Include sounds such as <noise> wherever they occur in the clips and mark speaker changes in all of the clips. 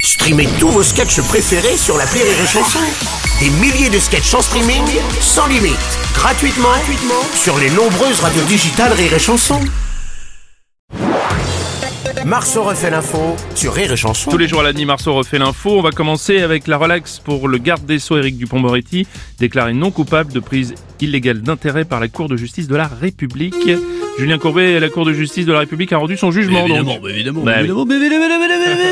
Speaker 1: Streamez tous vos sketchs préférés sur la Rire et Chanson. Des milliers de sketchs en streaming, sans limite, gratuitement, gratuitement sur les nombreuses radios digitales Rire et Chanson. Marceau refait l'info sur Rire et Chanson.
Speaker 2: Tous les jours à la nuit, Marceau refait l'info. On va commencer avec la relaxe pour le garde des Sceaux Éric Dupont-Moretti, déclaré non coupable de prise illégale d'intérêt par la Cour de justice de la République. Julien Courbet, la Cour de justice de la République a rendu son jugement.
Speaker 3: Évidemment,
Speaker 2: donc.
Speaker 3: mais évidemment,
Speaker 2: Bah
Speaker 3: mais évidemment, mais évidemment, mais évidemment, mais évidemment,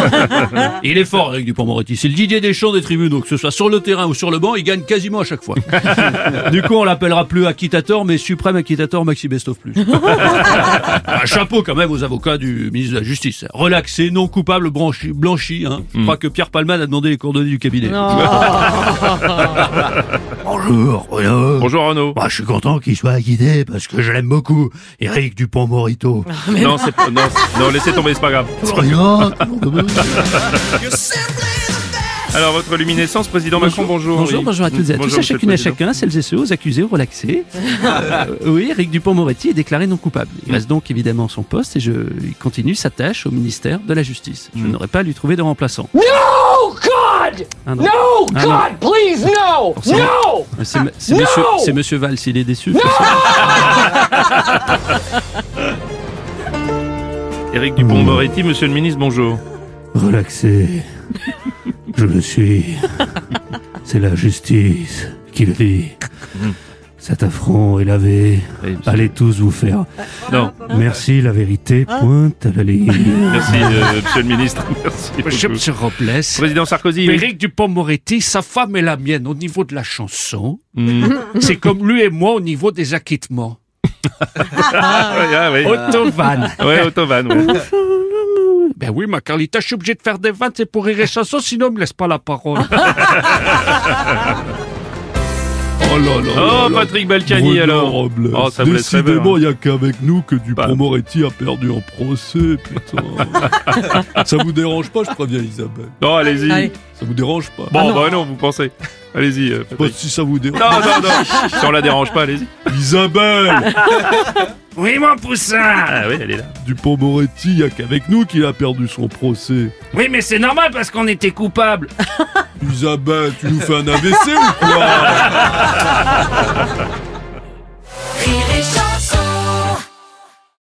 Speaker 3: mais évidemment. Il est fort, Eric Dupond-Moretti. C'est le Didier Deschamps des tribunaux, que ce soit sur le terrain ou sur le banc, il gagne quasiment à chaque fois. du coup, on l'appellera plus Acquittator, mais Suprême Acquittator Maxi Bestov plus. Un chapeau quand même aux avocats du ministre de la Justice. Relaxé, non coupable, branchi, blanchi. Hein. Je crois que Pierre Palman a demandé les coordonnées du cabinet. Bonjour. Bruno.
Speaker 2: Bonjour Renaud.
Speaker 3: Bah, je suis content qu'il soit acquitté parce que je l'aime beaucoup. Eric Dupont-Morito.
Speaker 2: Non, c'est pas- non, c'est- non, laissez tomber, c'est pas grave. <laughs> Alors votre luminescence, président Macron, bonjour.
Speaker 4: Bonjour,
Speaker 2: Oui.
Speaker 4: bonjour à toutes et à tous,
Speaker 2: Bonjour,
Speaker 4: à
Speaker 2: monsieur le
Speaker 4: chacune et à
Speaker 2: président.
Speaker 4: chacun, celles et ceux E aux accusés, aux relaxés.
Speaker 5: <laughs>
Speaker 4: Euh, oui, Eric Dupont-Moretti est déclaré non coupable. Il reste donc évidemment à son poste et je, il continue sa tâche au ministère de la Justice.
Speaker 2: Mm.
Speaker 4: Je n'aurais pas à lui trouver de remplaçant.
Speaker 5: No, God!
Speaker 4: Ah non.
Speaker 5: No,
Speaker 4: Ah non.
Speaker 5: God, please, no!
Speaker 4: c'est-
Speaker 5: No! Ah!
Speaker 4: C'est m- c'est
Speaker 5: Non
Speaker 4: monsieur, c'est monsieur Valls, il est déçu.
Speaker 2: <laughs> Éric Dupont-Moretti, monsieur le ministre, bonjour.
Speaker 3: Relaxé. Je le suis. C'est la justice qui le dit. Cet affront est lavé.
Speaker 2: Mm. Oui,
Speaker 3: Allez tous vous faire.
Speaker 5: Ah,
Speaker 2: Non,
Speaker 3: Merci, la vérité pointe à la ligne.
Speaker 2: merci euh, monsieur le ministre. <laughs> Merci.
Speaker 3: Monsieur,
Speaker 2: beaucoup.
Speaker 3: monsieur Robles,
Speaker 2: Président Sarkozy. oui.
Speaker 3: Éric Dupont-Moretti, sa femme et la mienne, au niveau de la chanson,
Speaker 2: Mm.
Speaker 3: <laughs> c'est comme lui et moi au niveau des acquittements.
Speaker 2: Ah, oui.
Speaker 3: Autovan.
Speaker 2: Ouais, Autovan. ouais.
Speaker 3: <laughs> Ben oui, ma Carlita, je suis obligé de faire des ventes, c'est pour rire et chanson, sinon on me laisse pas
Speaker 2: <laughs>
Speaker 3: la parole. oh là là.
Speaker 2: Oh, Patrick Balkany,
Speaker 3: Bruno
Speaker 2: alors.
Speaker 3: Robles.
Speaker 2: Oh, ça me laisse rêveur,
Speaker 3: Décidément,
Speaker 2: hein.
Speaker 3: il n'y a qu'avec nous que
Speaker 2: Bah.
Speaker 3: Dupont-Moretti a perdu en procès,
Speaker 2: <laughs>
Speaker 3: putain. ça vous dérange pas, je préviens Isabelle.
Speaker 2: Non, allez-y.
Speaker 3: Ça vous dérange pas
Speaker 2: Bon, bah non, vous pensez. Allez-y. euh,
Speaker 3: Bah,
Speaker 2: Patrick.
Speaker 3: si ça vous dérange.
Speaker 2: Non, non, non. Si on la dérange pas, allez-y.
Speaker 3: Isabelle
Speaker 2: Oui, mon poussin. Ah oui, elle est là.
Speaker 3: Dupont-Moretti, il n'y a qu'avec nous qu'il a perdu son procès.
Speaker 2: Oui, mais c'est normal parce qu'on était
Speaker 3: <laughs>
Speaker 2: coupables.
Speaker 3: Isabelle, tu nous fais un AVC ou quoi